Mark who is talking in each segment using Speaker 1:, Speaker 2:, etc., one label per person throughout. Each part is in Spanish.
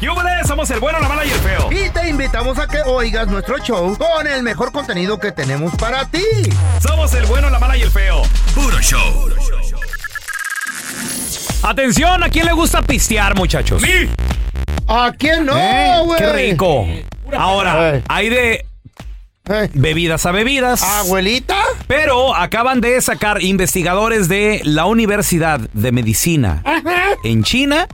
Speaker 1: ¡Yúbales! Somos el bueno, la mala y el feo.
Speaker 2: Y te invitamos a que oigas nuestro show con el mejor contenido que tenemos para ti.
Speaker 1: Somos el bueno, la mala y el feo. Puro show. Atención, ¿a quién le gusta pistear, muchachos? ¡Sí!
Speaker 2: ¿A quién no, güey?
Speaker 1: ¡Qué rico! Ahora, hay de bebidas a bebidas.
Speaker 2: Ah, ¿Abuelita?
Speaker 1: Pero acaban de sacar investigadores de la Universidad de Medicina en China.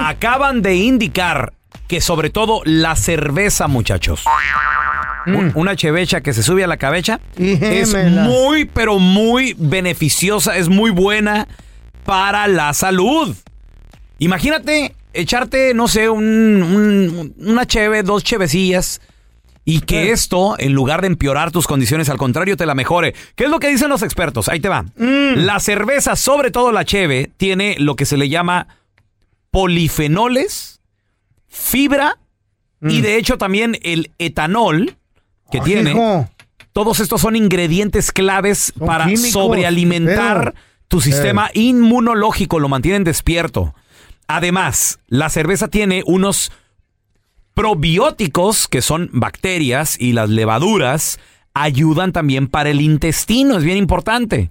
Speaker 1: Acaban de indicar que sobre todo la cerveza, muchachos. Un- Una chevecha que se sube a la cabeza es
Speaker 2: Híjemela.
Speaker 1: muy, pero muy beneficiosa, es muy buena para la salud. Imagínate echarte, no sé, un- un- una cheve, dos chevecillas. Y que esto, en lugar de empeorar tus condiciones, al contrario, te la mejore. ¿Qué es lo que dicen los expertos? Ahí te va. La cerveza, sobre todo la cheve, tiene lo que se le llama polifenoles, fibra y de hecho también el etanol que tiene.
Speaker 2: Hijo,
Speaker 1: Todos estos son ingredientes claves para
Speaker 2: químicos,
Speaker 1: sobrealimentar
Speaker 2: pero-
Speaker 1: tu sistema inmunológico, lo mantienen despierto. Además, la cerveza tiene unos probióticos, que son bacterias y las levaduras, ayudan también para el intestino, es bien importante.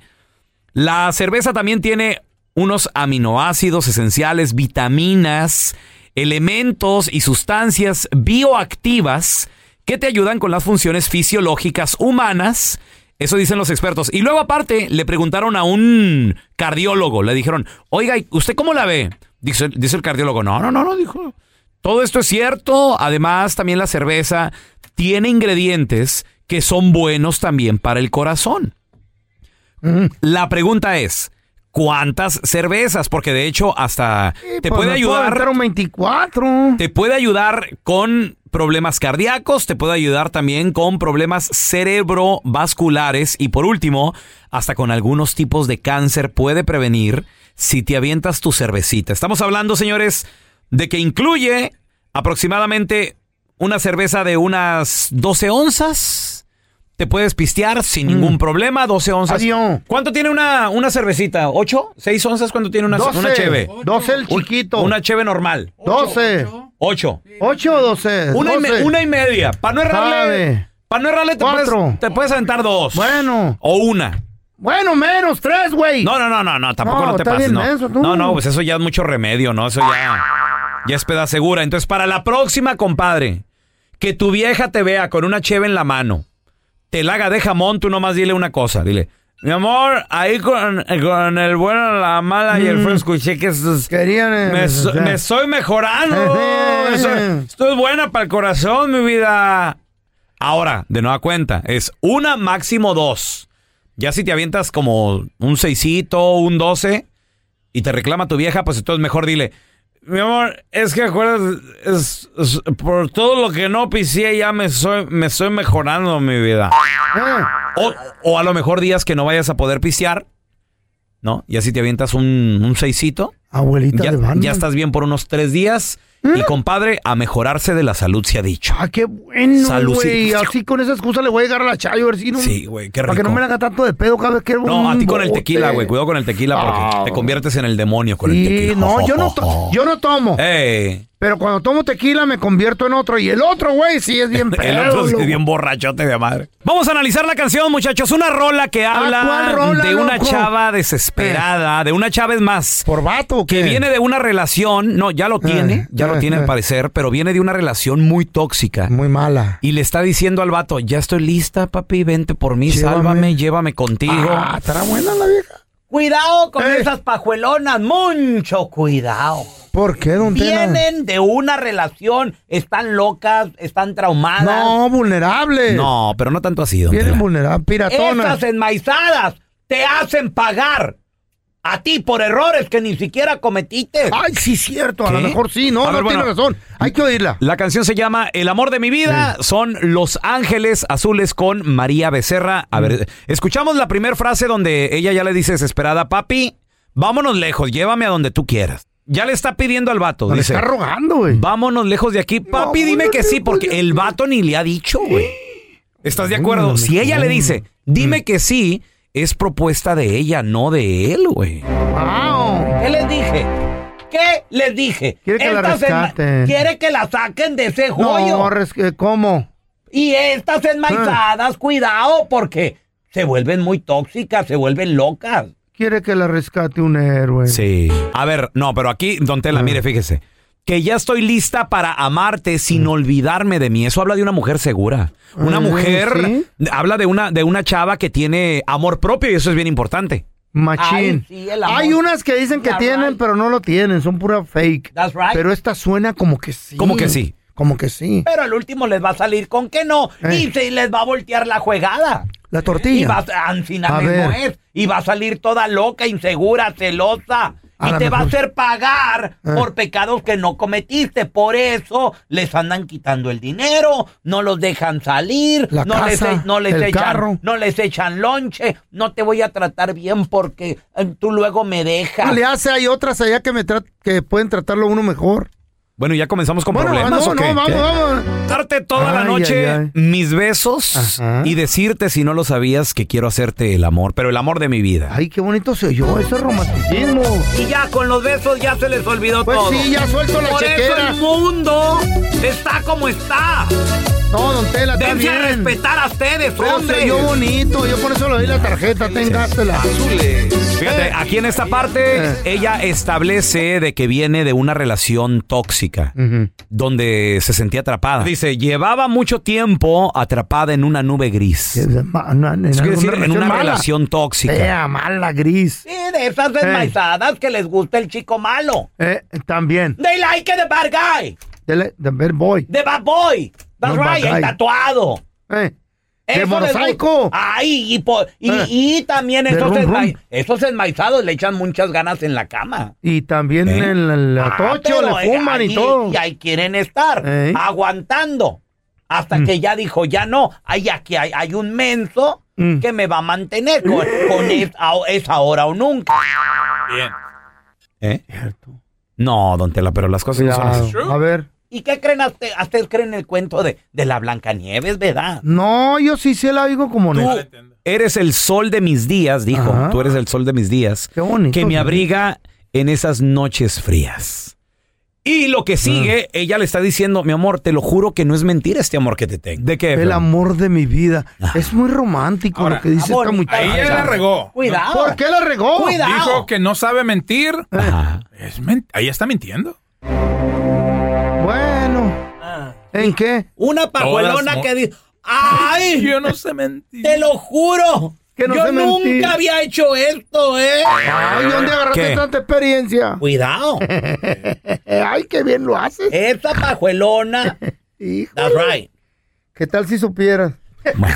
Speaker 1: La cerveza también tiene unos aminoácidos esenciales, vitaminas, elementos y sustancias bioactivas que te ayudan con las funciones fisiológicas humanas. Eso dicen los expertos. Y luego aparte le preguntaron a un cardiólogo, le dijeron, oiga, ¿y ¿usted cómo la ve? Dice, dice el cardiólogo, no, no, no, no, dijo. Todo esto es cierto. Además, también la cerveza tiene ingredientes que son buenos también para el corazón.
Speaker 2: Mm.
Speaker 1: La pregunta es, ¿cuántas cervezas? Porque de hecho hasta te
Speaker 2: pues,
Speaker 1: puede
Speaker 2: me puedo aventar
Speaker 1: ayudar,
Speaker 2: un 24.
Speaker 1: te puede ayudar con problemas cardíacos, te puede ayudar también con problemas cerebrovasculares y por último, hasta con algunos tipos de cáncer puede prevenir si te avientas tu cervecita. Estamos hablando, señores, de que incluye aproximadamente una cerveza de unas 12 onzas. Te puedes pistear sin ningún problema, 12 onzas.
Speaker 2: Adiós.
Speaker 1: ¿Cuánto tiene una, una cervecita? ¿Ocho? ¿Seis onzas? ¿Cuánto tiene una, una
Speaker 2: 12,
Speaker 1: cheve?
Speaker 2: 12 el
Speaker 1: Un-
Speaker 2: chiquito.
Speaker 1: Una cheve normal.
Speaker 2: 12.
Speaker 1: Ocho.
Speaker 2: 8 o 12.
Speaker 1: Una, y me-
Speaker 2: 12.
Speaker 1: una y media. Para no errarle.
Speaker 2: Sabe.
Speaker 1: Para no errarle, te
Speaker 2: Cuatro.
Speaker 1: puedes, te puedes aventar dos.
Speaker 2: Bueno,
Speaker 1: O una.
Speaker 2: bueno, menos 3, güey.
Speaker 1: No, no, no, no, no, tampoco
Speaker 2: No,
Speaker 1: no, te
Speaker 2: está
Speaker 1: pases,
Speaker 2: bien
Speaker 1: no.
Speaker 2: menso, tú.
Speaker 1: no, no, pues eso ya es mucho remedio, ¿no? Eso ya, ya es peda segura. Entonces, para la próxima, compadre, que tu vieja te vea con una cheve en la mano, te la haga de jamón, tú nomás dile una cosa, dile. Mi amor, ahí con, con el bueno, la mala y el fresco, escuché que estos-
Speaker 2: Querían. eh,
Speaker 1: me, so-
Speaker 2: ya.
Speaker 1: me estoy mejorando.
Speaker 2: Ejé.
Speaker 1: Eso- esto es buena para el corazón, mi vida. Ahora, de nueva cuenta, es una, máximo dos. Ya si te avientas como un seisito, un doce, y te reclama tu vieja, pues entonces mejor dile, mi amor, es que acuerdas, es- es- por todo lo que no pisé ya me soy, me estoy mejorando mi vida.
Speaker 2: Eh,
Speaker 1: O, o a lo mejor días que no vayas a poder pisear, ¿no? Y así te avientas un, un seisito.
Speaker 2: Abuelita
Speaker 1: Ya,
Speaker 2: de ¿Eh? Batman.
Speaker 1: ya estás bien por unos tres días. Y compadre, a mejorarse de la salud se ha dicho.
Speaker 2: Ah, qué bueno,
Speaker 1: Salucita.
Speaker 2: güey. Así con esa excusa le voy a llegar a la chayo. a ver si no-
Speaker 1: Sí, güey, qué
Speaker 2: Para que
Speaker 1: rico.
Speaker 2: no me la haga tanto de pedo cada vez que...
Speaker 1: No, a ti con el
Speaker 2: bote.
Speaker 1: tequila, güey. Cuidado con el tequila porque
Speaker 2: Ah.
Speaker 1: te conviertes en el demonio con el
Speaker 2: Sí,
Speaker 1: tequila.
Speaker 2: no, yo no, to- yo no tomo.
Speaker 1: Eh,
Speaker 2: Pero cuando tomo tequila me convierto en otro. Y el otro, güey, sí es bien pedo.
Speaker 1: el otro sí
Speaker 2: loco.
Speaker 1: es bien borrachote de madre. Vamos a analizar la canción, muchachos. Una rola que habla
Speaker 2: ¿cuál rola,
Speaker 1: de una
Speaker 2: loco? Eh.
Speaker 1: chava desesperada, de una chava es más.
Speaker 2: ¿Por vato o qué?
Speaker 1: Que viene de una relación, no, ya lo tiene, ya lo
Speaker 2: eh,
Speaker 1: tiene al
Speaker 2: eh.
Speaker 1: parecer, pero viene de una relación muy tóxica.
Speaker 2: Muy mala.
Speaker 1: Y le está diciendo al vato, ya estoy lista, papi, vente por mí,
Speaker 2: Llévame.
Speaker 1: sálvame, llévame contigo.
Speaker 2: Ah, estará buena la vieja.
Speaker 1: Cuidado con
Speaker 2: Eh.
Speaker 1: esas pajuelonas, mucho cuidado.
Speaker 2: ¿Por qué, don Tela?
Speaker 1: Vienen de una relación, están locas, están traumadas.
Speaker 2: No, vulnerable.
Speaker 1: No, pero no tanto así, don
Speaker 2: Vienen
Speaker 1: Tela.
Speaker 2: vulnerable. Piratona.
Speaker 1: Esas enmaizadas te hacen pagar a ti por errores que ni siquiera cometiste.
Speaker 2: Ay, sí, cierto. A
Speaker 1: ¿Qué?
Speaker 2: lo mejor sí. No,
Speaker 1: A ver,
Speaker 2: no tiene
Speaker 1: bueno.
Speaker 2: razón. Hay que oírla.
Speaker 1: La canción se llama El amor de mi vida. Son Los Ángeles Azules con María Becerra. A ver,
Speaker 2: Mm.
Speaker 1: escuchamos la primera frase donde ella ya le dice desesperada, papi, vámonos lejos, llévame a donde tú quieras. Ya le está pidiendo al vato,
Speaker 2: No, Le
Speaker 1: dice.
Speaker 2: está rogando, güey.
Speaker 1: Vámonos lejos de aquí, papi, dime que sí, porque el vato ni le ha dicho, güey. ¿Estás de acuerdo?
Speaker 2: Válgame,
Speaker 1: Si ella le
Speaker 2: no.
Speaker 1: dice,
Speaker 2: Mm.
Speaker 1: dime que sí, es propuesta de ella, no de él, güey.
Speaker 2: Wow.
Speaker 1: ¿Qué les dije? ¿Qué les dije?
Speaker 2: Quiere que la
Speaker 1: Estas enma-
Speaker 2: rescaten.
Speaker 1: Quiere que la saquen de ese joyo.
Speaker 2: No, res- eh, ¿cómo?
Speaker 1: Y estas enmaizadas, cuidado, porque se vuelven muy tóxicas, se vuelven locas.
Speaker 2: Quiere que la rescate un héroe.
Speaker 1: Sí. A ver, no, pero aquí, don
Speaker 3: Ah.
Speaker 1: Tela, mire, fíjese. Que ya estoy lista para amarte sin
Speaker 3: Ah.
Speaker 1: olvidarme de mí. Eso habla de una mujer segura. Una
Speaker 2: Ah,
Speaker 1: mujer
Speaker 2: ¿sí?
Speaker 1: habla de una, de una chava que tiene amor propio y eso es bien importante.
Speaker 2: Machín.
Speaker 3: Ay, sí, el amor.
Speaker 2: Hay unas que dicen que
Speaker 3: Yeah,
Speaker 2: tienen,
Speaker 3: right.
Speaker 2: pero no lo tienen. Son pura fake.
Speaker 3: That's right.
Speaker 2: Pero esta suena como que sí.
Speaker 1: Como que sí.
Speaker 2: Como que sí.
Speaker 3: Pero al último les va a salir con que no.
Speaker 2: Eh.
Speaker 3: Y se les va a voltear la jugada.
Speaker 2: La
Speaker 3: Y
Speaker 2: tortilla.
Speaker 3: va a, Ancina
Speaker 2: A
Speaker 3: mismo
Speaker 2: ver.
Speaker 3: es. Y va a salir toda loca, insegura, celosa.
Speaker 2: A
Speaker 3: y
Speaker 2: la
Speaker 3: te va a
Speaker 2: mejor.
Speaker 3: hacer pagar
Speaker 2: Eh.
Speaker 3: por pecados que no cometiste. Por eso les andan quitando el dinero, no los dejan salir,
Speaker 2: La
Speaker 3: no,
Speaker 2: casa,
Speaker 3: les, e, no les
Speaker 2: el
Speaker 3: echan,
Speaker 2: carro.
Speaker 3: no les echan lonche, no te voy a tratar bien porque eh, tú luego me dejas.
Speaker 2: No le hace, hay otras allá que me tra- que pueden tratarlo uno mejor.
Speaker 1: Bueno, ya comenzamos con
Speaker 2: Bueno,
Speaker 1: problemas.
Speaker 2: no,
Speaker 1: ¿o
Speaker 2: no,
Speaker 1: qué?
Speaker 2: vamos,
Speaker 1: ¿Qué?
Speaker 2: vamos.
Speaker 1: Darte toda la
Speaker 2: Ay,
Speaker 1: noche
Speaker 2: ay, ay.
Speaker 1: mis besos
Speaker 2: Ajá.
Speaker 1: y decirte si no lo sabías que quiero hacerte el amor, pero el amor de mi vida.
Speaker 2: Ay, qué bonito se oyó, eso es romanticismo.
Speaker 3: Y ya con los besos ya se les olvidó
Speaker 2: Pues
Speaker 3: todo.
Speaker 2: sí, ya suelto la
Speaker 3: Por eso
Speaker 2: chequera.
Speaker 3: el mundo está como está.
Speaker 2: No, don Tela, está
Speaker 3: Dense a
Speaker 2: bien.
Speaker 3: respetar a ustedes,
Speaker 2: Pero
Speaker 3: hombre.
Speaker 2: se oyó bonito, yo por eso le di la tarjeta, tengástela.
Speaker 3: Eh.
Speaker 1: Fíjate, aquí en esta parte
Speaker 2: Eh.
Speaker 1: ella establece de que viene de una relación tóxica,
Speaker 2: Ujú.
Speaker 1: donde se sentía atrapada. Dice, llevaba mucho tiempo atrapada en una nube
Speaker 2: Que
Speaker 1: gris.
Speaker 2: es ma- no, En
Speaker 1: Eso quiere
Speaker 2: alguna
Speaker 1: decir, en una
Speaker 2: mala. Eh.
Speaker 1: relación tóxica.
Speaker 2: Fea, mala, gris.
Speaker 3: Sí, de esas desmaizadas que les gusta el chico malo.
Speaker 2: Eh, también.
Speaker 3: They like the bad guy,
Speaker 2: Dele, de ver, boy.
Speaker 3: the bad boy. That's
Speaker 2: No,
Speaker 3: right,
Speaker 2: bad guy.
Speaker 3: el tatuado.
Speaker 2: Eh. De
Speaker 3: Eso les
Speaker 2: mosaico.
Speaker 3: gusta.
Speaker 1: Ah.
Speaker 3: Ay, y, po- y,
Speaker 2: Eh.
Speaker 3: y también
Speaker 2: De
Speaker 3: esos,
Speaker 2: rum, rum.
Speaker 3: desmai- esos enmaizados le echan muchas ganas en la cama.
Speaker 2: Y también
Speaker 1: Eh.
Speaker 2: el, el
Speaker 3: Ah,
Speaker 2: atocho,
Speaker 3: pero,
Speaker 2: le
Speaker 3: eh,
Speaker 2: fuman
Speaker 3: ahí-
Speaker 2: y todo.
Speaker 3: Y ahí quieren estar,
Speaker 2: Ey. Mm.
Speaker 3: aguantando. Hasta que ya dijo, ya no, hay aquí hay, hay un menso
Speaker 2: Mm.
Speaker 3: que me va a mantener con, con es, a- es ahora o nunca.
Speaker 1: ¿Eh? No, don Tela, pero las cosas no son así.
Speaker 2: Cuidado. A ver.
Speaker 3: ¿Y qué creen? hasta- hasta ¿Ustedes creen el cuento de, de la Blancanieves, verdad?
Speaker 2: No, yo sí se la digo como
Speaker 1: Tú
Speaker 2: no.
Speaker 1: eres el sol de mis días, dijo.
Speaker 2: Ajá.
Speaker 1: Tú eres el sol de mis días.
Speaker 2: Qué bonito.
Speaker 1: que me
Speaker 2: sí.
Speaker 1: abriga en esas noches frías. Y lo que sigue,
Speaker 2: Ah.
Speaker 1: ella le está diciendo, mi amor, te lo juro que no es mentira este amor que te tengo. ¿De qué?
Speaker 2: El
Speaker 1: Fran?
Speaker 2: amor de mi vida.
Speaker 4: Ah.
Speaker 2: Es muy romántico
Speaker 5: Ahora,
Speaker 2: lo que dice
Speaker 3: amor,
Speaker 2: esta
Speaker 5: Ahí
Speaker 2: muchacha.
Speaker 5: él la regó.
Speaker 3: Cuidado.
Speaker 2: ¿Por qué la regó?
Speaker 3: Cuidado.
Speaker 5: Dijo que no sabe mentir.
Speaker 1: Ajá.
Speaker 5: Es men- ahí está mintiendo.
Speaker 2: Bueno.
Speaker 1: Ah.
Speaker 2: ¿En qué?
Speaker 3: Una pajuelona
Speaker 5: Todas mo-
Speaker 3: que dice, ¡ay!
Speaker 5: Yo no sé mentir.
Speaker 3: Te lo juro.
Speaker 2: Que no
Speaker 3: yo
Speaker 2: sé
Speaker 3: nunca
Speaker 2: mentir.
Speaker 3: había hecho esto, ¿eh?
Speaker 2: Ay, ¿dónde agarraste
Speaker 1: ¿Qué?
Speaker 2: tanta experiencia?
Speaker 3: Cuidado.
Speaker 2: Eh, ay, qué bien lo haces.
Speaker 4: Eh,
Speaker 3: Esa pajuelona.
Speaker 2: Hijo.
Speaker 3: That's right.
Speaker 2: ¿Qué tal si supieras?
Speaker 1: Bueno.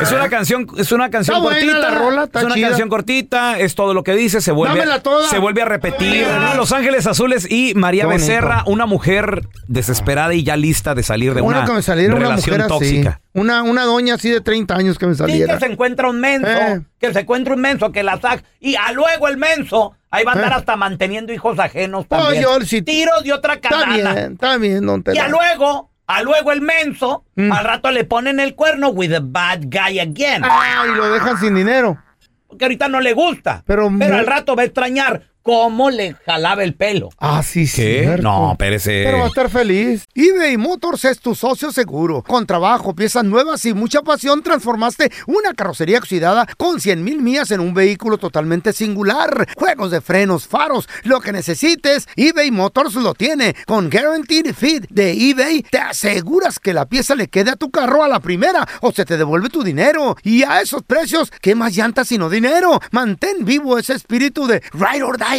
Speaker 4: Es una canción, es una canción
Speaker 2: Ah. Está buena
Speaker 4: cortita.
Speaker 2: la rola, está
Speaker 4: es una
Speaker 2: chida.
Speaker 4: canción cortita, es todo lo que dice, se vuelve,
Speaker 2: Dámela toda.
Speaker 4: se vuelve a repetir. Los Ángeles Azules y María
Speaker 2: Qué bonito.
Speaker 4: Becerra, una mujer desesperada y ya lista de salir de
Speaker 2: Una
Speaker 4: una,
Speaker 2: que me saliera una
Speaker 4: relación
Speaker 2: mujer
Speaker 4: tóxica.
Speaker 2: así. Una, una doña así de 30 años que me
Speaker 1: Sí,
Speaker 2: saliera.
Speaker 1: que se encuentra un menso,
Speaker 2: Eh.
Speaker 1: que se encuentra un menso que la saca. Y a luego el menso, ahí va a andar
Speaker 2: Eh.
Speaker 1: hasta manteniendo hijos ajenos
Speaker 2: No,
Speaker 1: también.
Speaker 2: yo sí-
Speaker 1: Tiros de otra
Speaker 2: Está
Speaker 1: canana.
Speaker 2: bien, está bien, don
Speaker 1: Y
Speaker 2: Tela.
Speaker 1: a luego, a luego el menso,
Speaker 2: Mm.
Speaker 1: al rato le ponen el cuerno with a bad guy again.
Speaker 2: Ah, y lo dejan sin dinero.
Speaker 1: Porque ahorita no le gusta.
Speaker 2: Pero mu-
Speaker 1: al rato va a extrañar cómo le jalaba el pelo.
Speaker 2: Ah, sí,
Speaker 4: ¿Qué?
Speaker 2: cierto.
Speaker 4: No,
Speaker 5: eh.
Speaker 4: espérese.
Speaker 2: Pero va a estar feliz. eBay Motors es tu socio seguro. Con trabajo, piezas nuevas y mucha pasión, transformaste una carrocería oxidada con 100 mil millas en un vehículo totalmente singular. Juegos de frenos, faros, lo que necesites, eBay Motors lo tiene. Con Guaranteed Fit de eBay, te aseguras que la pieza le quede a tu carro a la primera o se te devuelve tu dinero. Y a esos precios, ¿qué más llantas sino dinero? Mantén vivo ese espíritu de Ride or Die,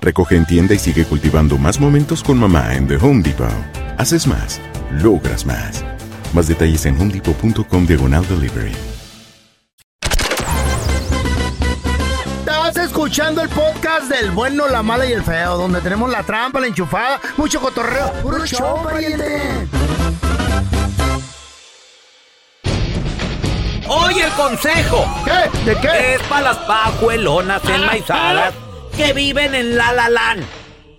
Speaker 6: Recoge en tienda y sigue cultivando más momentos con mamá en The Home Depot. Haces más, logras más. Más detalles en homedepot.com diagonal delivery.
Speaker 2: Estás escuchando el podcast del bueno, la mala y el feo, donde tenemos la trampa, la enchufada, mucho cotorreo. ¡Puro show,
Speaker 1: Hoy el consejo
Speaker 2: ¿Qué? ¿De qué?
Speaker 1: es para las pajuelonas enmaizadas que viven en La La Land,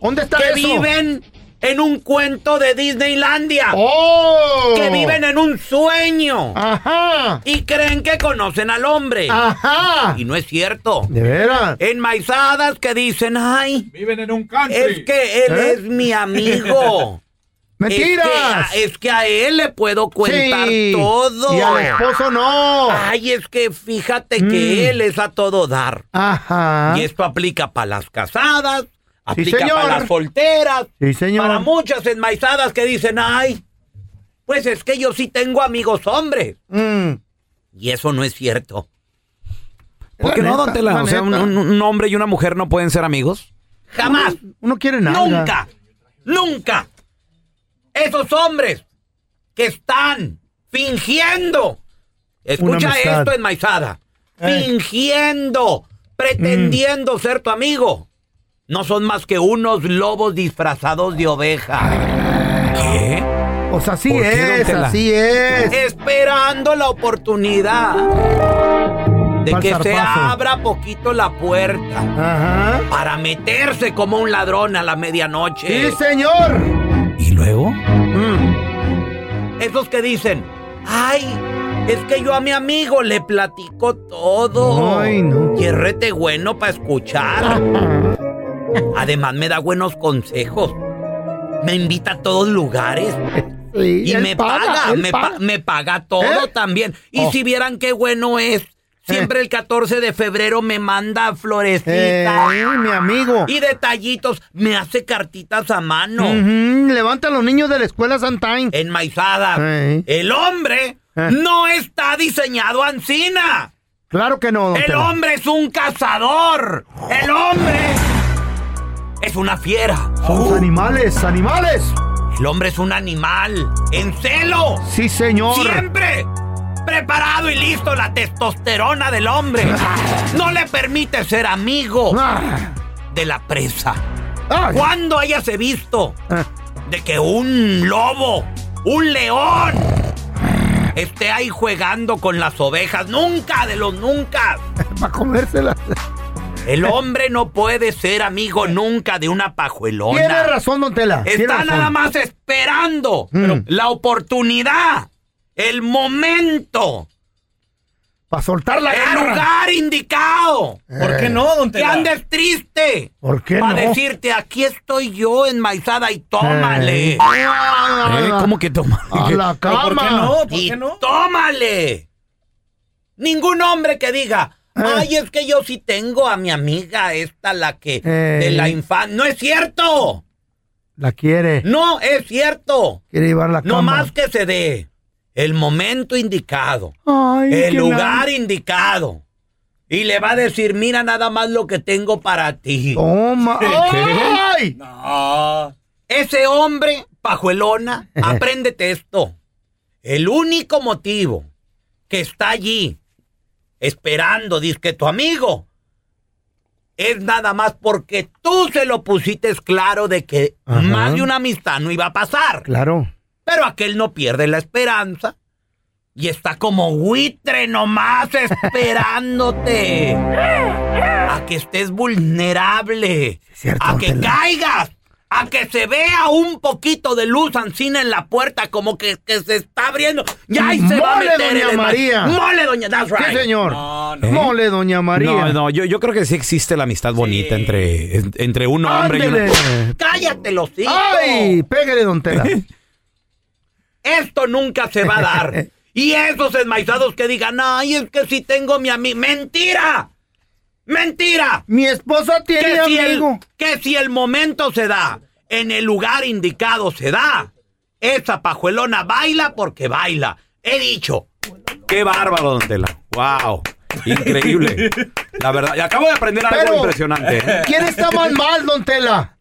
Speaker 2: ¿Dónde está
Speaker 1: que
Speaker 2: eso?
Speaker 1: viven en un cuento de Disneylandia,
Speaker 2: ¡Oh! Ah.
Speaker 1: que viven en un sueño
Speaker 2: ¡Ajá!
Speaker 1: y creen que conocen al hombre.
Speaker 2: Ah. ¡Ajá!
Speaker 1: Y no es cierto.
Speaker 2: ¿De veras?
Speaker 1: Eh, Enmaizadas que dicen, ay,
Speaker 5: Viven en un country.
Speaker 1: es que él
Speaker 2: ¿Eh?
Speaker 1: es mi amigo.
Speaker 2: ¡Mentiras!
Speaker 1: Es que, a- es que eh, a él le puedo contar
Speaker 2: Sí.
Speaker 1: todo.
Speaker 2: Y al esposo no.
Speaker 1: Ay, es que fíjate
Speaker 2: Mm.
Speaker 1: que él es a todo dar.
Speaker 2: Ajá.
Speaker 1: Y esto aplica para las casadas, aplica
Speaker 2: señor.
Speaker 1: para las solteras,
Speaker 2: Sí, señor.
Speaker 1: para muchas enmaizadas que dicen, ay, pues es que yo sí tengo amigos hombres.
Speaker 2: Mm.
Speaker 1: Y eso no es cierto.
Speaker 4: Porque
Speaker 2: La
Speaker 4: no,
Speaker 2: neta,
Speaker 4: don Tela?
Speaker 2: la
Speaker 4: O sea, un,
Speaker 2: neta.
Speaker 4: un- un hombre y una mujer no pueden ser amigos.
Speaker 1: Jamás,
Speaker 2: Uno quiere nada.
Speaker 1: nunca, nunca. Esos hombres que están fingiendo. Escucha
Speaker 2: amistad.
Speaker 1: esto, enmaizada.
Speaker 2: Eh.
Speaker 1: Fingiendo, pretendiendo
Speaker 4: Mm.
Speaker 1: ser tu amigo. No son más que unos lobos disfrazados de oveja.
Speaker 4: ¿Qué?
Speaker 2: O sea, así
Speaker 4: ¿Por qué, don
Speaker 2: es,
Speaker 4: Tela?
Speaker 2: así
Speaker 1: Eh.
Speaker 2: es.
Speaker 1: Esperando la oportunidad de
Speaker 2: Pa'l
Speaker 1: que se
Speaker 2: zarpazo.
Speaker 1: abra poquito la puerta
Speaker 2: Ajá.
Speaker 1: para meterse como un ladrón a la medianoche.
Speaker 2: Sí, señor.
Speaker 4: ¿Y luego?
Speaker 1: Esos que dicen, ay, es que yo a mi amigo le platico todo.
Speaker 2: Ay, no.
Speaker 1: Y es rete bueno para escuchar. Además me da buenos consejos. Me invita a todos lugares.
Speaker 2: Sí,
Speaker 1: Y
Speaker 2: él
Speaker 1: me paga,
Speaker 2: él
Speaker 1: me, pa- me paga todo
Speaker 2: ¿Eh?
Speaker 1: también. Y
Speaker 2: Oh.
Speaker 1: si vieran qué bueno es, siempre el 14 de febrero me manda florecitas
Speaker 2: Eh, mi amigo.
Speaker 1: y detallitos. Me hace cartitas a mano.
Speaker 2: Ujú, Levanta a los niños de la escuela
Speaker 1: Eh.
Speaker 2: Santain.
Speaker 1: enmaizada.
Speaker 2: Ey.
Speaker 1: El hombre
Speaker 2: Eh.
Speaker 1: no está diseñado ancina.
Speaker 2: Claro que no, don
Speaker 1: El
Speaker 2: Tela.
Speaker 1: hombre es un cazador. El hombre es una fiera.
Speaker 2: Somos animales, animales.
Speaker 1: El hombre es un animal en celo.
Speaker 2: Sí, señor.
Speaker 1: Siempre preparado y listo la testosterona del hombre. No le permite ser amigo
Speaker 2: Ah,
Speaker 1: de la presa.
Speaker 2: ay,
Speaker 1: ¿Cuándo hayase visto
Speaker 2: ah,
Speaker 1: de que un lobo, un león, esté ahí jugando con las ovejas. Nunca de los nunca.
Speaker 2: Para comérselas.
Speaker 1: El hombre no puede ser amigo nunca de una pajuelona.
Speaker 2: Tiene razón, don Tela. tiene
Speaker 1: Está nada
Speaker 2: razón.
Speaker 1: más esperando
Speaker 2: Mm.
Speaker 1: la oportunidad, el momento,
Speaker 2: Para soltar la
Speaker 1: el
Speaker 2: garra.
Speaker 1: lugar indicado.
Speaker 7: ¿Por qué no, don
Speaker 1: Que
Speaker 7: Tela?
Speaker 1: andes triste.
Speaker 2: ¿Por qué
Speaker 1: Para
Speaker 2: no?
Speaker 1: decirte, aquí estoy yo enmaizada y tómale.
Speaker 4: ¿Eh? ¿Cómo que toma?
Speaker 2: A la
Speaker 7: ¿Pero
Speaker 2: cama.
Speaker 7: ¿Por qué no? ¿Por
Speaker 1: Y
Speaker 7: qué no?
Speaker 1: tómale. Ningún hombre que diga,
Speaker 2: Eh.
Speaker 1: ay, es que yo sí tengo a mi amiga esta, la que de
Speaker 2: Eh.
Speaker 1: la infancia. No es cierto.
Speaker 2: La quiere.
Speaker 1: No es cierto.
Speaker 2: Quiere llevar la
Speaker 1: No
Speaker 2: cama.
Speaker 1: más que se dé el momento indicado,
Speaker 2: Ay, qué
Speaker 1: el lugar indicado. Y le va a decir, mira nada más lo que tengo para ti.
Speaker 2: la- Toma. Ay.
Speaker 7: No.
Speaker 1: Ese hombre, pajuelona, apréndete esto. El único motivo que está allí esperando, dice que tu amigo, es nada más porque tú se lo pusiste claro de que
Speaker 2: Ajá.
Speaker 1: más de una amistad no iba a pasar.
Speaker 2: Claro.
Speaker 1: Pero aquel no pierde la esperanza y está como buitre nomás esperándote a que estés vulnerable,
Speaker 2: es cierto,
Speaker 1: a que
Speaker 2: Tela.
Speaker 1: caigas, a que se vea un poquito de luz ancina en la puerta como que, que se está abriendo. Ya ahí se va a
Speaker 2: Mole,
Speaker 1: meter
Speaker 2: doña
Speaker 1: el esma-
Speaker 2: María.
Speaker 1: Mole doña that's
Speaker 2: Sí,
Speaker 1: right.
Speaker 2: señor.
Speaker 7: No, no.
Speaker 2: Mole, doña María.
Speaker 4: No, no, yo, yo creo que sí existe la amistad bonita entre, en- entre un hombre y
Speaker 2: Ándele.
Speaker 4: una...
Speaker 1: Cállate los hijos.
Speaker 2: Ay, pégale, don Tela.
Speaker 1: Esto nunca se va a dar. y esos enmaizados que digan, ay, es que si tengo mi amigo. ¡Mentira! ¡Mentira!
Speaker 2: Mi esposa tiene
Speaker 1: Que si, el,
Speaker 2: amigo.
Speaker 1: que si el momento se da, en el lugar indicado se da, esa pajuelona baila porque baila. He dicho.
Speaker 4: ¡Qué bárbaro, don Tela! ¡Wow! Increíble. La verdad, y acabo de aprender algo
Speaker 2: Pero-
Speaker 4: impresionante. ¿eh?
Speaker 2: ¿Quién está más mal, don Tela?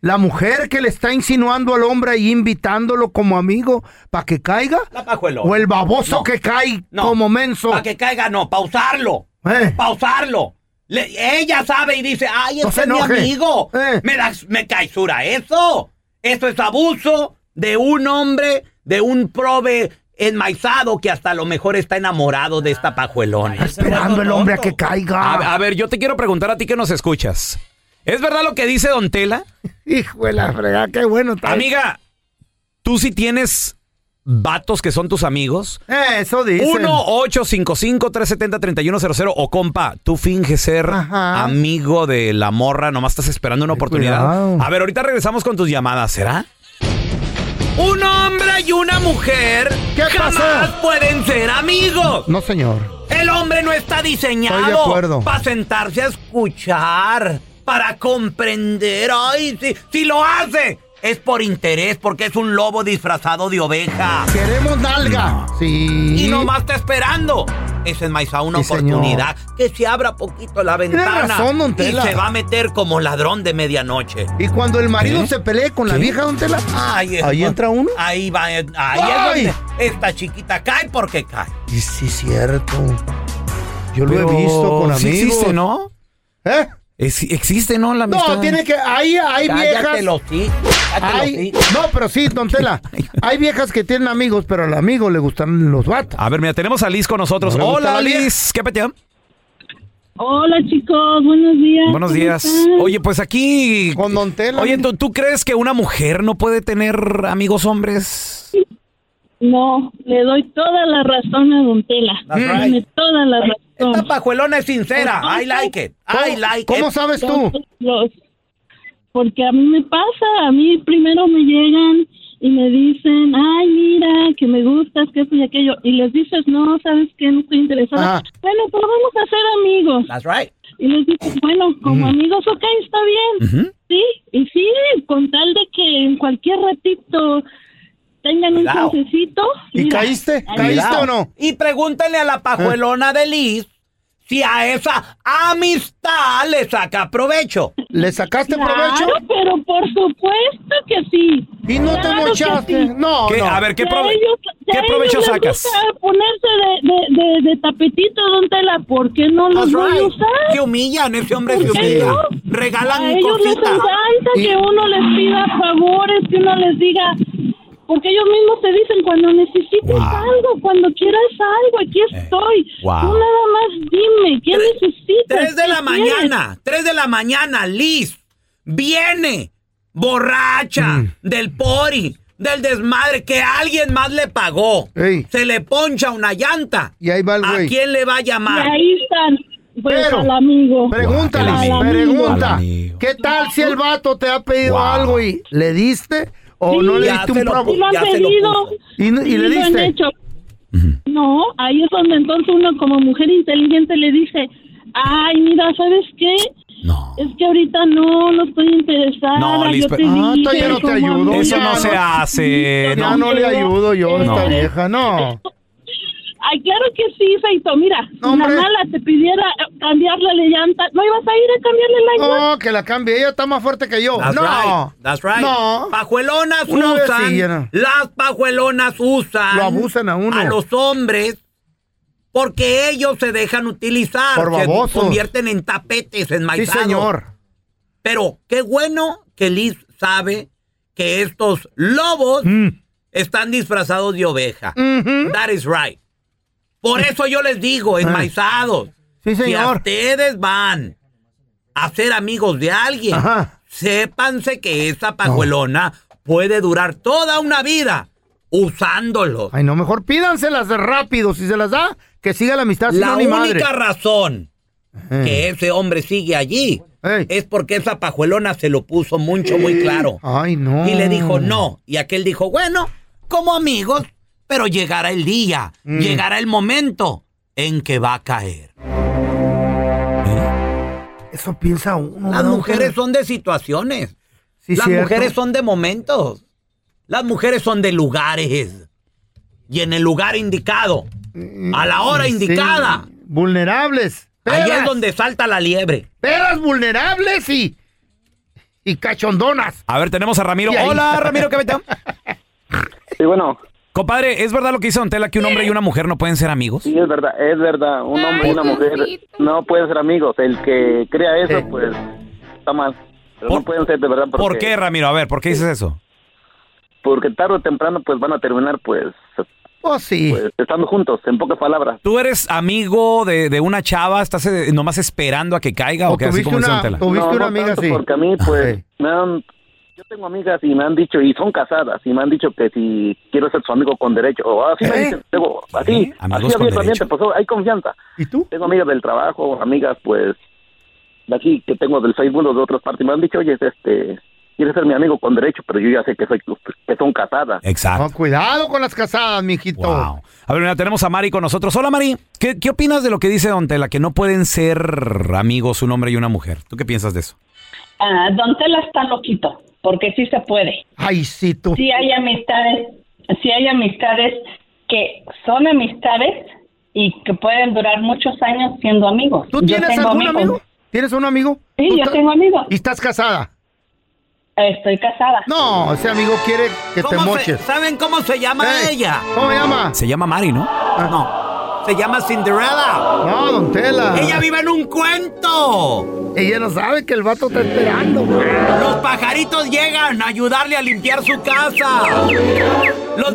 Speaker 2: ¿La mujer que le está insinuando al hombre y invitándolo como amigo para que caiga?
Speaker 1: La pajuelona.
Speaker 2: ¿O el baboso que cae como menso?
Speaker 1: Para que caiga, no, pausarlo.
Speaker 2: Eh.
Speaker 1: Pausarlo. Le- ella sabe y dice, ay,
Speaker 2: No
Speaker 1: ese
Speaker 2: se
Speaker 1: es mi
Speaker 2: enoje.
Speaker 1: amigo.
Speaker 2: Eh.
Speaker 1: Me, da- me caesura eso. Eso es abuso de un hombre, de un prove enmaizado que hasta a lo mejor está enamorado de esta pajuelona.
Speaker 2: Esperando el hombre a que
Speaker 4: A,
Speaker 2: caiga.
Speaker 4: a ver, yo te quiero preguntar a ti que nos escuchas. ¿Es verdad lo que dice don Tela?
Speaker 2: Hijo de la fregada, qué bueno. está.
Speaker 4: Amiga, ¿tú sí tienes vatos que son tus amigos?
Speaker 2: Eh, Eso dice.
Speaker 4: 1-855-370-3100 o compa, tú finges ser
Speaker 2: Ajá.
Speaker 4: amigo de la morra, nomás estás esperando una oportunidad.
Speaker 2: cuidado.
Speaker 4: A ver, ahorita regresamos con tus llamadas, ¿será? Un hombre y una mujer
Speaker 2: ¿Qué
Speaker 1: jamás
Speaker 2: pasó?
Speaker 1: pueden ser amigos.
Speaker 2: No, señor.
Speaker 1: El hombre no está
Speaker 2: Estoy de acuerdo.
Speaker 1: diseñado para sentarse a escuchar, para comprender. Ay, si, si lo hace, es por interés, porque es un lobo disfrazado de oveja.
Speaker 2: Queremos nalga. Sí.
Speaker 1: Y nomás está esperando. Es enmaizado una
Speaker 2: Sí, señor.
Speaker 1: oportunidad que se abra poquito la ventana.
Speaker 2: razón, don
Speaker 1: y
Speaker 2: Tela.
Speaker 1: se va a meter como ladrón de medianoche.
Speaker 2: Y cuando el marido se pelee con la vieja, don Tela.
Speaker 1: Ay, es-
Speaker 2: Ahí entra uno.
Speaker 1: Ahí va, ahí
Speaker 2: Ay.
Speaker 1: es donde esta chiquita cae porque cae.
Speaker 2: Sí, sí, cierto. Yo lo
Speaker 4: Pero
Speaker 2: he visto con amigos.
Speaker 4: sí existe, ¿no?
Speaker 2: ¿Eh?
Speaker 4: Es- existe, ¿no? La amistad.
Speaker 2: No, tiene que. Ahí hay
Speaker 1: Cállate
Speaker 2: viejas.
Speaker 1: los hijos, cállate los
Speaker 2: Hay,
Speaker 1: hijos.
Speaker 2: no, pero sí, don Tela. Hay viejas que tienen amigos, pero al amigo le gustan los vatos.
Speaker 4: A ver, mira, tenemos a Liz con nosotros.
Speaker 2: No le gusta
Speaker 4: Hola,
Speaker 2: la vieja.
Speaker 4: Liz. ¿Qué peteo?
Speaker 8: Hola chicos, buenos días.
Speaker 4: Buenos
Speaker 8: ¿cómo
Speaker 4: días.
Speaker 8: están?
Speaker 4: Oye, pues aquí.
Speaker 2: Con don Tela.
Speaker 4: Oye, ¿tú, tú crees que una mujer no puede tener amigos hombres?
Speaker 8: No, le doy toda la razón a Don Tela.
Speaker 1: That's right.
Speaker 8: Tiene toda la
Speaker 1: Esta
Speaker 8: razón.
Speaker 1: pajuelona es sincera. I like it. I
Speaker 2: Pues, ¿Cómo,
Speaker 1: like eh.
Speaker 2: ¿cómo
Speaker 1: it.
Speaker 2: sabes tú?
Speaker 8: Los- porque a mí me pasa, a mí primero me llegan y me dicen, ay mira, que me gustas, que esto y aquello, y les dices, no, sabes que no estoy interesada.
Speaker 2: Ah.
Speaker 8: Bueno, pero vamos a ser amigos.
Speaker 1: That's right.
Speaker 8: Y les dices, bueno, como amigos, ok, está bien. Sí, y sí, con tal de que en cualquier ratito tengan un
Speaker 1: Cuidado.
Speaker 8: chancecito.
Speaker 2: ¿Y
Speaker 8: mira,
Speaker 2: caíste?
Speaker 8: ahí
Speaker 2: ¿Caíste
Speaker 1: Cuidado.
Speaker 2: o no?
Speaker 1: Y pregúntale a la pajuelona de Liz si a esa amistad le saca provecho.
Speaker 2: ¿Le sacaste
Speaker 8: Claro,
Speaker 2: provecho?
Speaker 8: pero por supuesto que sí.
Speaker 2: Y no te
Speaker 8: Claro que
Speaker 2: mochaste.
Speaker 8: sí.
Speaker 2: No,
Speaker 4: ¿Qué-
Speaker 2: no.
Speaker 4: A ver, ¿qué,
Speaker 8: Ya
Speaker 4: prove-
Speaker 8: ellos-
Speaker 4: ¿qué
Speaker 8: ya
Speaker 4: provecho
Speaker 8: ellos les
Speaker 4: sacas?
Speaker 8: gusta ponerse de, de, de, de tapetito, don Tela, ¿por qué no los
Speaker 1: That's
Speaker 8: voy a
Speaker 1: right.
Speaker 8: usar?
Speaker 1: Se humillan, ese hombre se
Speaker 8: Pues ¿Por qué
Speaker 1: humilla.
Speaker 8: no?
Speaker 1: Regalan
Speaker 8: A ellos les
Speaker 1: cositas.
Speaker 8: encanta
Speaker 2: Y-
Speaker 8: que uno les pida favores, que uno les diga, Porque ellos mismos te dicen, cuando necesites
Speaker 4: Wow.
Speaker 8: algo, cuando quieras algo, aquí estoy.
Speaker 4: wow.
Speaker 8: Tú nada más dime, ¿qué necesitas?
Speaker 1: Eh, Tres de
Speaker 8: ¿Qué
Speaker 1: la
Speaker 8: quieres?
Speaker 1: mañana, tres de la mañana, Liz viene borracha
Speaker 2: Mm.
Speaker 1: del pori, del desmadre que alguien más le pagó.
Speaker 2: Ey.
Speaker 1: Se le poncha una llanta.
Speaker 2: Y ahí va el
Speaker 1: ¿A
Speaker 2: güey.
Speaker 1: quién le va a
Speaker 8: Y
Speaker 1: llamar?
Speaker 8: ahí están, pues
Speaker 2: Pero-
Speaker 8: al amigo.
Speaker 2: Pregúntale,
Speaker 8: Al amigo.
Speaker 4: Al
Speaker 2: pregunta.
Speaker 4: amigo.
Speaker 2: ¿Qué tal si el vato te ha pedido
Speaker 4: Wow.
Speaker 2: algo y le diste o
Speaker 8: Sí,
Speaker 2: no le
Speaker 1: ya
Speaker 2: diste
Speaker 1: se
Speaker 2: un
Speaker 1: lo
Speaker 2: bravo?
Speaker 8: Sí lo han
Speaker 1: Ya se lo
Speaker 8: pedido.
Speaker 1: puso.
Speaker 2: ¿Y no- y le
Speaker 8: lo han
Speaker 2: diste?
Speaker 8: hecho. No, ahí es donde entonces uno como mujer inteligente le dice, ay, mira, ¿sabes qué?
Speaker 4: No.
Speaker 8: Es que ahorita no, no estoy interesada.
Speaker 4: No, Liz,
Speaker 8: yo te
Speaker 4: pero-
Speaker 2: Ah,
Speaker 8: dije,
Speaker 2: todavía no te
Speaker 8: como
Speaker 2: ayudo,
Speaker 8: amiga,
Speaker 4: Eso no
Speaker 2: ya
Speaker 4: se
Speaker 2: no-
Speaker 4: hace.
Speaker 2: Ya
Speaker 4: No.
Speaker 2: no le ayudo yo a esta
Speaker 4: No.
Speaker 2: vieja, no.
Speaker 8: Este, Ay, claro que sí, Feito. Mira,
Speaker 2: No,
Speaker 8: si la
Speaker 2: hombre.
Speaker 8: mala te pidiera eh, cambiarle la llanta, ¿no ibas a ir a cambiarle la llanta?
Speaker 2: No, que la cambie. Ella está más fuerte que yo.
Speaker 1: That's
Speaker 2: No.
Speaker 1: right. That's right.
Speaker 2: No.
Speaker 1: Pajuelonas
Speaker 2: Una vez
Speaker 1: usan.
Speaker 2: sí, ya no.
Speaker 1: Las pajuelonas usan.
Speaker 2: Lo abusan a uno.
Speaker 1: A los hombres. Porque ellos se dejan utilizar.
Speaker 2: Por babosos.
Speaker 1: Se convierten en tapetes, en
Speaker 2: Sí,
Speaker 1: maizados.
Speaker 2: señor.
Speaker 1: Pero qué bueno que Liz sabe que estos lobos están disfrazados de oveja.
Speaker 2: Mm. Ujú. Ah.
Speaker 1: That is right. Por eso yo les digo, enmaizados.
Speaker 2: Sí,
Speaker 1: Si a
Speaker 2: señor.
Speaker 1: ustedes van a ser amigos de alguien,
Speaker 2: Ajá.
Speaker 1: sépanse que esa pajuelona puede durar toda una vida usándolo.
Speaker 2: Ay, no, mejor pídanselas de rápido. Si se las da, que siga la amistad. si
Speaker 1: La
Speaker 2: no, ni
Speaker 1: única
Speaker 2: madre.
Speaker 1: razón
Speaker 2: Eh.
Speaker 1: que ese hombre sigue allí
Speaker 2: Ey.
Speaker 1: es porque esa pajuelona se lo puso mucho, muy claro.
Speaker 2: Ay, no.
Speaker 1: Y le
Speaker 2: Ah.
Speaker 1: dijo no. Y aquel dijo, bueno, como amigos, pero llegará el día,
Speaker 2: Mm.
Speaker 1: llegará el momento en que va a caer.
Speaker 2: Ah, Eso piensa uno.
Speaker 1: Las
Speaker 2: ¿no?
Speaker 1: mujeres son de situaciones.
Speaker 2: Sí,
Speaker 1: Las
Speaker 2: cierto.
Speaker 1: mujeres son de momentos. Las mujeres son de lugares. Y en el lugar indicado, a la hora
Speaker 2: Mm, Sí.
Speaker 1: indicada,
Speaker 2: Vulnerables. Peras,
Speaker 1: ahí es donde salta la liebre.
Speaker 2: peras vulnerables y. Y cachondonas.
Speaker 4: A ver, tenemos a Ramiro.
Speaker 2: Y ahí
Speaker 4: Hola,
Speaker 2: está.
Speaker 4: Ramiro, ¿qué metió?
Speaker 9: Sí, bueno,
Speaker 4: Compadre, ¿es verdad lo que dice Don Tela que un hombre y una mujer no pueden ser amigos?
Speaker 9: sí, es verdad, es verdad. Un hombre y una mujer no pueden ser amigos. El que crea eso,
Speaker 2: Eh.
Speaker 9: pues, está mal. Pero
Speaker 4: Por-
Speaker 9: no pueden ser de verdad porque,
Speaker 4: ¿Por qué, Ramiro? A ver, ¿por qué dices eso?
Speaker 9: porque tarde o temprano pues van a terminar pues,
Speaker 2: Oh, sí.
Speaker 9: pues, estando juntos, en pocas palabras.
Speaker 4: ¿Tú eres amigo de, de una chava? ¿Estás eh, nomás esperando a que caiga o,
Speaker 2: O
Speaker 4: que así
Speaker 2: tuviste
Speaker 4: como dice Don
Speaker 2: una,
Speaker 4: Tela?
Speaker 2: tuviste
Speaker 9: No,
Speaker 2: una
Speaker 9: no
Speaker 2: amiga
Speaker 9: tanto,
Speaker 2: así.
Speaker 9: Porque a mí
Speaker 4: Ah,
Speaker 9: pues
Speaker 2: Ok.
Speaker 9: me han- yo tengo amigas y me han dicho y son casadas y me han dicho que si quiero ser su amigo con derecho o así me
Speaker 2: ¿Eh?
Speaker 9: dicen, luego, así, así
Speaker 4: ¿Eh? Amigos con
Speaker 9: abiertamente,
Speaker 4: derecho.
Speaker 9: pues hay confianza.
Speaker 2: ¿Y tú?
Speaker 9: Tengo amigas del trabajo, amigas, pues, de aquí que tengo del Facebook o de otras partes. Me han dicho, oye, este, quieres ser mi amigo con derecho, pero yo ya sé que soy que son casadas.
Speaker 1: Ah.
Speaker 4: Exacto.
Speaker 2: No, cuidado con las casadas, mijito.
Speaker 4: Wow. A ver, mira, tenemos a Mari con nosotros. Hola, Mari. ¿Qué, qué opinas de lo que dice Don Tela? Que no pueden ser amigos un hombre y una mujer. ¿Tú qué piensas de eso?
Speaker 10: Ah, Don Tela está loquito, porque sí se puede.
Speaker 2: Ay, sí, tú.
Speaker 10: Sí hay amistades, sí hay amistades que son amistades y que pueden durar muchos años siendo amigos.
Speaker 2: ¿Tú
Speaker 10: Yo
Speaker 2: tienes
Speaker 10: tengo
Speaker 2: algún
Speaker 10: amigos-
Speaker 2: amigo? ¿Tienes un amigo?
Speaker 10: Sí,
Speaker 2: ¿Tú
Speaker 10: yo
Speaker 2: ta-
Speaker 10: tengo amigos.
Speaker 2: ¿Y estás casada?
Speaker 10: Estoy casada.
Speaker 2: No, ese amigo quiere que te
Speaker 1: ¿Cómo se-
Speaker 2: moches.
Speaker 1: ¿Saben cómo se llama
Speaker 2: Ey,
Speaker 1: ella?
Speaker 2: ¿Cómo se llama?
Speaker 4: Se llama Mari, ¿no?
Speaker 2: Ah.
Speaker 1: No, se llama Cinderella.
Speaker 2: No, don Tela.
Speaker 1: Ella vive en un cuento.
Speaker 2: Ella no sabe que el vato está esperando.
Speaker 1: Los pajaritos llegan a ayudarle a limpiar su casa.
Speaker 2: pues,
Speaker 1: Los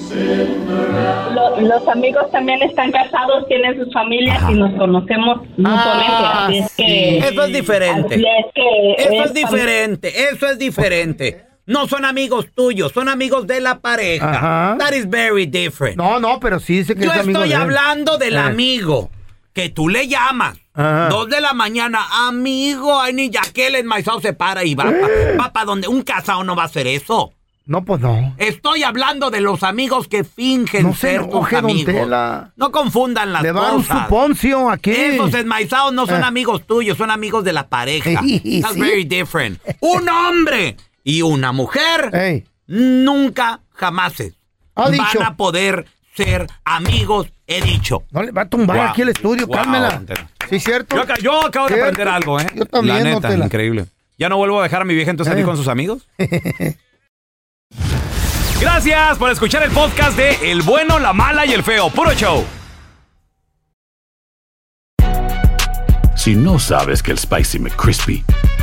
Speaker 10: No, no. Lo- los amigos también están casados, tienen sus familias y nos conocemos mutuamente. así es
Speaker 2: Ah, sí.
Speaker 10: que.
Speaker 1: Eso es diferente.
Speaker 10: así es que
Speaker 1: Eso es
Speaker 10: fam-
Speaker 1: diferente, eso es diferente. No son amigos tuyos, son amigos de la pareja.
Speaker 2: Ajá.
Speaker 1: That is very different.
Speaker 2: No, no, pero sí dice que
Speaker 1: Yo
Speaker 2: es amigo
Speaker 1: estoy
Speaker 2: de él.
Speaker 1: hablando del
Speaker 2: Eh.
Speaker 1: amigo que tú le llamas.
Speaker 2: Ajá.
Speaker 1: Dos de la mañana, amigo, ay, ni ya que el enmaizado se para y va para donde un casado no va a hacer eso.
Speaker 2: No, pues no.
Speaker 1: Estoy hablando de los amigos que fingen
Speaker 2: No se
Speaker 1: ser
Speaker 2: enoje,
Speaker 1: tus
Speaker 2: don
Speaker 1: amigos.
Speaker 2: Tela.
Speaker 1: No confundan las
Speaker 2: Le va a dar un
Speaker 1: cosas.
Speaker 2: suponcio aquí.
Speaker 1: Esos enmaizados no son
Speaker 2: Ah.
Speaker 1: amigos tuyos, son amigos de la pareja.
Speaker 2: Sí,
Speaker 1: That's
Speaker 2: sí.
Speaker 1: very different. Un hombre y una mujer
Speaker 2: Ey.
Speaker 1: nunca jamás
Speaker 2: Eh. Ha
Speaker 1: van
Speaker 2: dicho.
Speaker 1: a poder ser amigos, he dicho.
Speaker 2: No le va a tumbar
Speaker 4: Wow.
Speaker 2: aquí el estudio,
Speaker 4: Wow,
Speaker 2: cálmela.
Speaker 4: don Tela.
Speaker 2: Sí, cierto.
Speaker 4: Yo, ac- yo acabo de
Speaker 2: Cierto.
Speaker 4: aprender algo, ¿eh?
Speaker 2: Yo también,
Speaker 4: La
Speaker 2: don
Speaker 4: neta,
Speaker 2: Tela.
Speaker 4: increíble. Ya no vuelvo a dejar a mi vieja entonces salir
Speaker 2: Eh.
Speaker 4: con sus amigos. Gracias por escuchar el podcast de El bueno, la mala y el feo. Puro show.
Speaker 11: Si no sabes que el Spicy McCrispy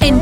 Speaker 12: En